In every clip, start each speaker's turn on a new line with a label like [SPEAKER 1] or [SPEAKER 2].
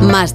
[SPEAKER 1] más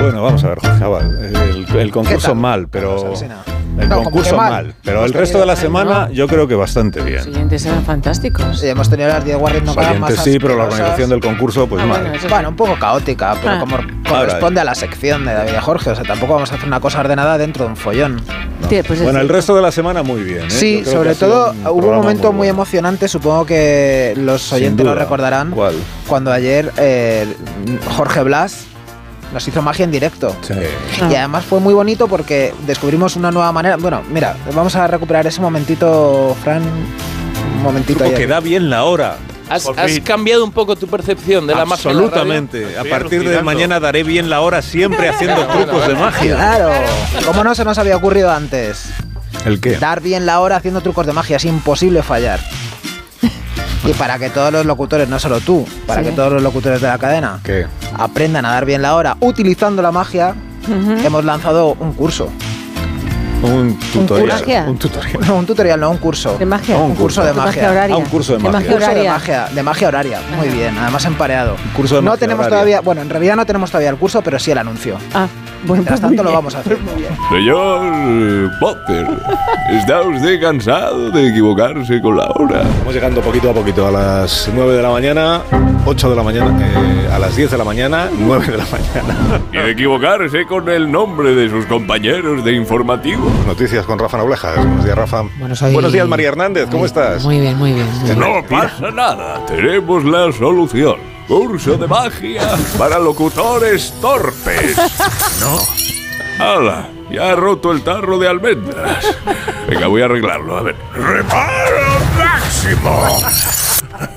[SPEAKER 2] Bueno, vamos a ver, Jorge Abad. El, el
[SPEAKER 3] ¿Qué
[SPEAKER 2] concurso
[SPEAKER 3] tal?
[SPEAKER 2] mal, pero.
[SPEAKER 3] Vamos, Alsina.
[SPEAKER 2] El
[SPEAKER 3] No, como que
[SPEAKER 2] concurso
[SPEAKER 3] mal.
[SPEAKER 2] mal, pero el
[SPEAKER 3] Hemos
[SPEAKER 2] resto de la
[SPEAKER 3] tenido-
[SPEAKER 2] semana yo creo que bastante bien.
[SPEAKER 4] Los siguientes eran fantásticos.
[SPEAKER 3] Sí, hemos tenido las 10 Warriors no
[SPEAKER 2] Los
[SPEAKER 3] pagan
[SPEAKER 2] oyentes
[SPEAKER 3] más
[SPEAKER 2] sí, pero la
[SPEAKER 3] asquerosas.
[SPEAKER 2] organización del concurso, pues
[SPEAKER 4] Ah,
[SPEAKER 2] mal.
[SPEAKER 4] bueno, eso-
[SPEAKER 3] Bueno, un poco caótica, pero
[SPEAKER 4] Ah.
[SPEAKER 3] como
[SPEAKER 2] Ahora,
[SPEAKER 3] corresponde a la sección de David y Jorge. O sea, tampoco vamos a hacer una cosa ordenada dentro de un follón.
[SPEAKER 4] Tío, pues
[SPEAKER 2] Bueno,
[SPEAKER 4] es-
[SPEAKER 2] el resto de la semana muy bien. ¿eh? Yo
[SPEAKER 3] Sí,
[SPEAKER 2] creo que
[SPEAKER 3] sobre
[SPEAKER 2] ha sido
[SPEAKER 3] todo hubo un
[SPEAKER 2] programa
[SPEAKER 3] momento muy,
[SPEAKER 2] bueno.
[SPEAKER 3] emocionante, supongo que los
[SPEAKER 2] Sin
[SPEAKER 3] oyentes lo
[SPEAKER 2] duda.
[SPEAKER 3] recordarán,
[SPEAKER 2] ¿Cuál?
[SPEAKER 3] cuando ayer eh, Jorge Blas nos hizo magia en directo.
[SPEAKER 2] Sí.
[SPEAKER 4] Ah.
[SPEAKER 3] Y además fue muy bonito porque descubrimos una nueva manera. Bueno, mira, vamos a recuperar ese momentito, Fran. Un momentito
[SPEAKER 2] Truco
[SPEAKER 3] ayer.
[SPEAKER 2] que da bien la hora.
[SPEAKER 5] Has,
[SPEAKER 6] Por
[SPEAKER 5] has
[SPEAKER 6] fin.
[SPEAKER 5] cambiado un poco tu percepción de la magia. en la
[SPEAKER 2] Absolutamente. A
[SPEAKER 6] Estoy
[SPEAKER 2] partir de
[SPEAKER 6] alucinando.
[SPEAKER 2] mañana daré bien la hora siempre haciendo trucos de magia.
[SPEAKER 3] Claro, ¿cómo no se nos había ocurrido antes?
[SPEAKER 2] ¿El qué?
[SPEAKER 3] Dar bien la hora haciendo trucos de magia, es imposible fallar. Y para que todos los locutores, no solo tú, para
[SPEAKER 4] Sí.
[SPEAKER 3] que todos los locutores de la cadena
[SPEAKER 2] ¿Qué?
[SPEAKER 3] aprendan a dar bien la hora utilizando la magia,
[SPEAKER 4] Ujú.
[SPEAKER 3] hemos lanzado un curso.
[SPEAKER 2] Un tutorial.
[SPEAKER 4] magia?
[SPEAKER 2] Un tutorial.
[SPEAKER 3] No, un tutorial, no, un curso.
[SPEAKER 4] De magia.
[SPEAKER 2] Ah, un
[SPEAKER 3] Un curso de magia.
[SPEAKER 4] horaria.
[SPEAKER 2] Ah, un curso de magia.
[SPEAKER 3] Un curso de
[SPEAKER 4] horaria.
[SPEAKER 3] magia, de magia horaria. Muy
[SPEAKER 4] Ajá.
[SPEAKER 3] bien, además empareado.
[SPEAKER 2] curso de
[SPEAKER 3] no
[SPEAKER 2] magia
[SPEAKER 3] tenemos
[SPEAKER 2] horaria.
[SPEAKER 3] todavía, bueno, en realidad no tenemos todavía el curso, pero sí el anuncio.
[SPEAKER 4] Ah, bueno,
[SPEAKER 3] Mientras
[SPEAKER 4] pues
[SPEAKER 3] tanto
[SPEAKER 4] muy
[SPEAKER 3] lo
[SPEAKER 4] bien.
[SPEAKER 3] vamos a hacer.
[SPEAKER 7] Señor Potter, ¿está usted cansado de equivocarse con la hora?
[SPEAKER 2] Estamos llegando poquito a poquito a las 9 de la mañana, 8 de la mañana, eh, a las 10 de la mañana, 9 de la mañana.
[SPEAKER 7] Y de equivocarse con el nombre de sus compañeros de informativo.
[SPEAKER 2] Noticias con Rafa Noblejas. Buenos días, Rafa.
[SPEAKER 8] Bueno, soy-
[SPEAKER 2] Buenos días, María Hernández. ¿Cómo estás?
[SPEAKER 8] Muy bien, muy bien. muy bien.
[SPEAKER 7] No pasa nada, tenemos la solución. Curso de magia para locutores torpes. No. ¡Hala! Ya ha roto el tarro de almendras. Venga, voy a arreglarlo. A ver. ¡Reparo máximo!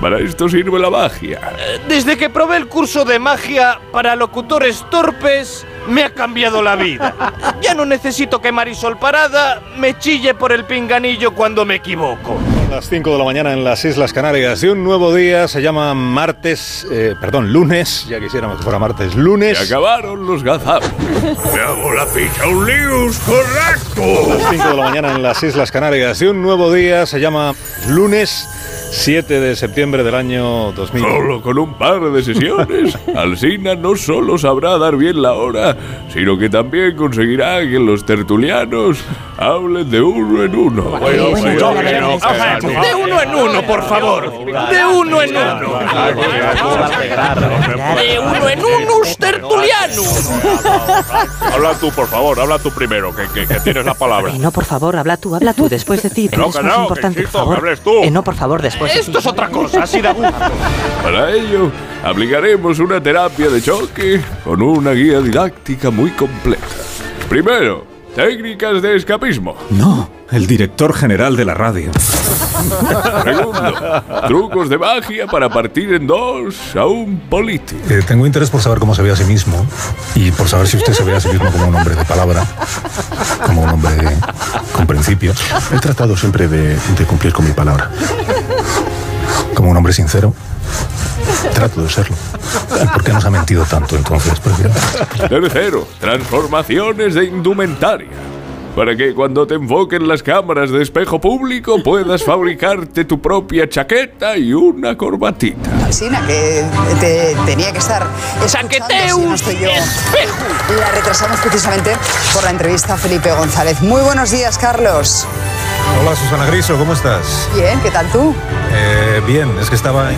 [SPEAKER 7] Para esto sirve la magia.
[SPEAKER 6] Desde que probé el curso de magia para locutores torpes, me ha cambiado la vida. Ya no necesito que Marisol Parada me chille por el pinganillo cuando me equivoco.
[SPEAKER 2] Son las 5 de la mañana en las Islas Canarias. Y un nuevo día se llama martes, eh, perdón, lunes. Ya quisiéramos que fuera martes, lunes.
[SPEAKER 7] Se acabaron los gazapos. Me hago la ficha un lius, correcto.
[SPEAKER 2] Las 5 de la mañana en las Islas Canarias. Y un nuevo día se llama lunes, 7 de septiembre del año 2000.
[SPEAKER 7] Solo con un par de sesiones, Alsina no solo sabrá dar bien la hora, sino que también conseguirá que los tertulianos hablen de uno en uno.
[SPEAKER 4] Bueno, bueno,
[SPEAKER 7] cuidado,
[SPEAKER 4] bueno,
[SPEAKER 7] que no,
[SPEAKER 4] bueno,
[SPEAKER 7] que
[SPEAKER 6] Ojalá,
[SPEAKER 7] no.
[SPEAKER 6] De uno en uno, por favor. De uno en uno. De uno en uno, tertulianos.
[SPEAKER 7] Habla tú, por favor, habla tú primero, que, que- que tienes la palabra.
[SPEAKER 8] Eh, no, por favor, habla tú, habla tú, después de ti.
[SPEAKER 7] Que
[SPEAKER 8] tú
[SPEAKER 7] no,
[SPEAKER 8] eres
[SPEAKER 7] que
[SPEAKER 8] más
[SPEAKER 7] no,
[SPEAKER 8] importante, por
[SPEAKER 7] que insisto,
[SPEAKER 8] favor.
[SPEAKER 7] que hables tú.
[SPEAKER 8] Eh, no, por favor, después de ti.
[SPEAKER 6] Esto es otra cosa, así da gusto.
[SPEAKER 7] Para ello, aplicaremos una terapia de choque con una guía didáctica muy completa. Primero, técnicas de escapismo.
[SPEAKER 2] No, el director general de la radio.
[SPEAKER 7] Segundo, trucos de magia para partir en dos a un político.
[SPEAKER 9] Eh, tengo interés por saber cómo se ve a sí mismo y por saber si usted se ve a sí mismo como un hombre de palabra, como un hombre con principios. He tratado siempre de, de cumplir con mi palabra. Como un hombre sincero, trato de serlo. ¿Y por qué nos ha mentido tanto entonces? Porque-
[SPEAKER 7] Tercero, transformaciones de indumentaria. Para que cuando te enfoquen las cámaras de espejo público puedas fabricarte tu propia chaqueta y una corbatita.
[SPEAKER 10] Alsina, que te- tenía que estar escuchando, si no estoy yo. La retrasamos precisamente por la entrevista a Felipe González. Muy buenos días, Carlos.
[SPEAKER 9] Hola Susana Griso, ¿cómo estás?
[SPEAKER 10] Bien, ¿qué tal tú?
[SPEAKER 9] Eh, bien, es que estaba...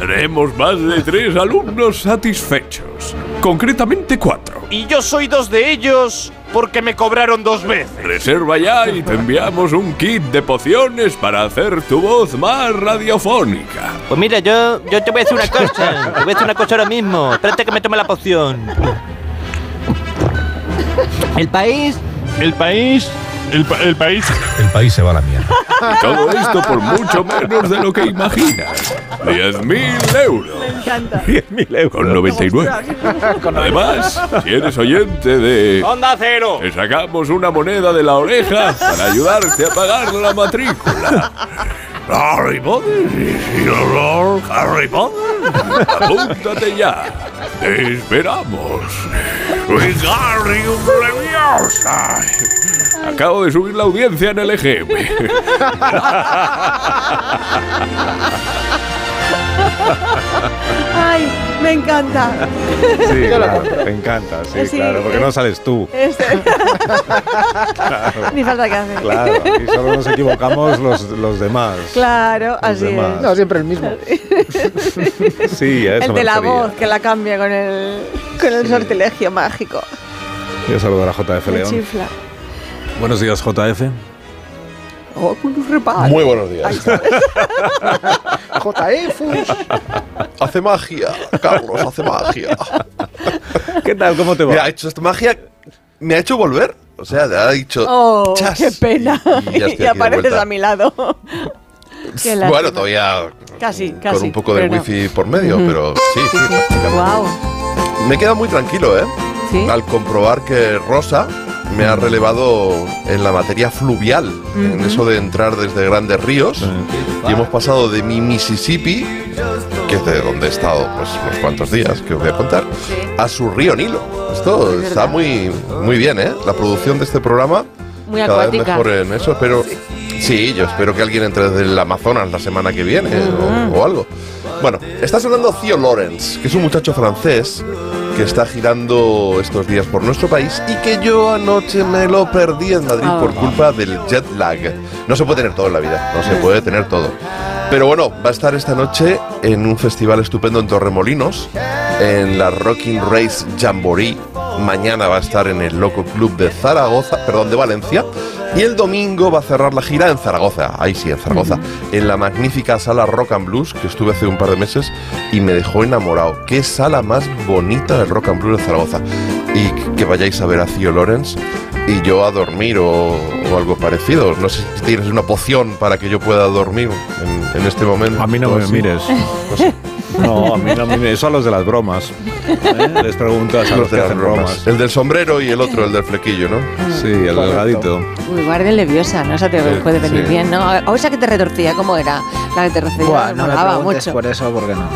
[SPEAKER 7] Tenemos más de tres alumnos satisfechos. Concretamente cuatro.
[SPEAKER 6] Y yo soy dos de ellos porque me cobraron dos veces.
[SPEAKER 7] Reserva ya y te enviamos un kit de pociones para hacer tu voz más radiofónica.
[SPEAKER 11] Pues mira, yo, yo te voy a decir una cosa. Te voy a decir una cosa ahora mismo. Espérate que me tome la poción. El país.
[SPEAKER 6] El país
[SPEAKER 12] El, pa- el país.
[SPEAKER 9] El país se va a la mierda.
[SPEAKER 7] Todo esto por mucho menos de lo que imaginas. 10.000 euros.
[SPEAKER 13] Me encanta.
[SPEAKER 7] 10.000 euros. Con 99. Además, si eres oyente de...
[SPEAKER 6] ¡Onda cero!
[SPEAKER 7] Te sacamos una moneda de la oreja para ayudarte a pagar la matrícula. Harry Potter y el olor Harry Potter. Apúntate ya. Te esperamos. Wingardium Leviosa. Acabo de subir la audiencia en el E EGM.
[SPEAKER 13] Ay, me encanta.
[SPEAKER 2] Sí,
[SPEAKER 13] Yo lo
[SPEAKER 2] claro,
[SPEAKER 13] compro.
[SPEAKER 2] te encanta, sí,
[SPEAKER 13] Sí,
[SPEAKER 2] claro, porque
[SPEAKER 13] es-
[SPEAKER 2] no sales tú.
[SPEAKER 13] Este.
[SPEAKER 2] Claro.
[SPEAKER 13] Ni falta que hace.
[SPEAKER 2] Claro, aquí solo nos equivocamos los, los demás.
[SPEAKER 13] Claro, así
[SPEAKER 2] demás.
[SPEAKER 13] es.
[SPEAKER 2] No,
[SPEAKER 3] siempre el mismo.
[SPEAKER 2] Sí, a eso
[SPEAKER 13] el
[SPEAKER 2] me
[SPEAKER 13] de la
[SPEAKER 2] refería.
[SPEAKER 13] voz que la cambia con el, con el sortilegio mágico.
[SPEAKER 2] Voy a saludar a JF
[SPEAKER 13] Me
[SPEAKER 2] León.
[SPEAKER 13] chifla.
[SPEAKER 2] Buenos días, JF.
[SPEAKER 13] Oh, con un reparo.
[SPEAKER 14] Muy buenos días.
[SPEAKER 13] Ahí está. JF.
[SPEAKER 14] Hace magia, Carlos, hace magia.
[SPEAKER 2] ¿Qué tal? ¿Cómo te
[SPEAKER 14] va? ha hecho esta magia, me ha hecho volver. O sea, ha dicho.
[SPEAKER 13] Oh, qué pena.
[SPEAKER 14] Y ya estoy
[SPEAKER 13] Y,
[SPEAKER 14] aquí de
[SPEAKER 13] apareces
[SPEAKER 14] vuelta.
[SPEAKER 13] a mi lado. Qué
[SPEAKER 14] bueno,
[SPEAKER 13] lástima.
[SPEAKER 14] todavía
[SPEAKER 13] Casi, casi.
[SPEAKER 14] con un poco de
[SPEAKER 13] pero no.
[SPEAKER 14] wifi por medio,
[SPEAKER 13] Ujú.
[SPEAKER 14] pero sí, sí.
[SPEAKER 13] Guau.
[SPEAKER 14] Me he quedado muy tranquilo, ¿eh? Al comprobar que Rosa me ha relevado en la materia fluvial, en eso de entrar desde grandes ríos. Y hemos pasado de mi Mississippi, que es de donde he estado pues, unos cuantos días, que os voy a contar, a su río Nilo. Esto
[SPEAKER 4] Es
[SPEAKER 14] está
[SPEAKER 4] verdad.
[SPEAKER 14] muy, muy bien, ¿eh? La producción de este programa
[SPEAKER 4] Muy
[SPEAKER 14] cada
[SPEAKER 4] acuática.
[SPEAKER 14] vez mejor eh. en eso, pero sí, yo espero que alguien entre del Amazonas la semana que viene o- o, algo. Bueno, está sonando Theo Lawrence, que es un muchacho francés que está girando estos días por nuestro país y que yo anoche me lo perdí en Madrid por culpa del jet lag. No se puede tener todo en la vida, no se puede tener todo. Pero bueno, va a estar esta noche en un festival estupendo en Torremolinos, en la Rocking Race Jamboree. Mañana va a estar en el Loco Club de Zaragoza, perdón, de Valencia. Y el domingo va a cerrar la gira en Zaragoza, ahí sí, en Zaragoza, en la magnífica sala Rock and Blues que estuve hace un par de meses y me dejó enamorado. Qué sala más bonita del Rock and Blues de Zaragoza. Y que vayáis a ver a Theo Lawrence y yo a dormir o, o algo parecido. No sé si tienes una poción para que yo pueda dormir en, en este momento. A mí
[SPEAKER 2] no me mires. No, a mí no me Eso a los de las bromas. ¿eh? Les preguntas a los que hacen bromas.
[SPEAKER 14] El del sombrero y el otro, el del flequillo, ¿no?
[SPEAKER 2] Sí, el delgadito.
[SPEAKER 4] Uy, guardia leviosa, no sé, te
[SPEAKER 14] Sí,
[SPEAKER 4] puede venir
[SPEAKER 14] sí.
[SPEAKER 4] bien, ¿no? O esa que te retorcía, ¿cómo era? La que te retorcía,
[SPEAKER 3] Buah, no me
[SPEAKER 4] molaba
[SPEAKER 3] preguntes ¿eh?
[SPEAKER 4] mucho.
[SPEAKER 3] por eso, porque no.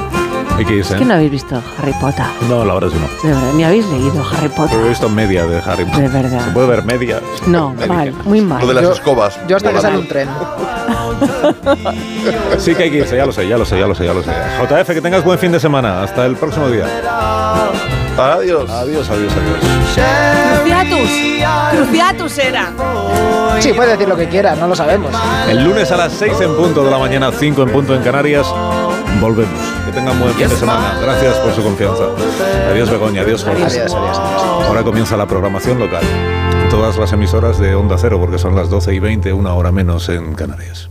[SPEAKER 2] ¿Y qué
[SPEAKER 4] Es
[SPEAKER 2] dicen?
[SPEAKER 4] que no habéis visto Harry Potter.
[SPEAKER 2] No, la verdad es que no.
[SPEAKER 4] De verdad, ni habéis leído Harry Potter.
[SPEAKER 2] Pero he visto media de Harry Potter.
[SPEAKER 4] De verdad.
[SPEAKER 2] ¿Se puede ver media?
[SPEAKER 4] No, mal, muy mal. Yo-
[SPEAKER 14] escobas.
[SPEAKER 3] Yo hasta que
[SPEAKER 2] volando.
[SPEAKER 3] sale un tren.
[SPEAKER 2] Sí que hay que irse, ya lo sé, ya lo sé, ya lo sé, ya lo sé. JF, que tengas buen fin de semana. Hasta el próximo día.
[SPEAKER 14] Adiós.
[SPEAKER 2] Adiós, adiós, adiós.
[SPEAKER 13] Cruciatus. Cruciatus era.
[SPEAKER 3] Sí, puede decir lo que quiera, no lo sabemos.
[SPEAKER 2] El lunes a las 6 en punto de la mañana, 5 en punto en Canarias, volvemos. Que tengan buen fin de semana. Gracias por su confianza. Adiós Begoña, adiós Jorge.
[SPEAKER 3] Adiós, adiós,
[SPEAKER 2] Ahora comienza la programación local. Todas las emisoras de Onda Cero, porque son las 12 y 20, una hora menos en Canarias.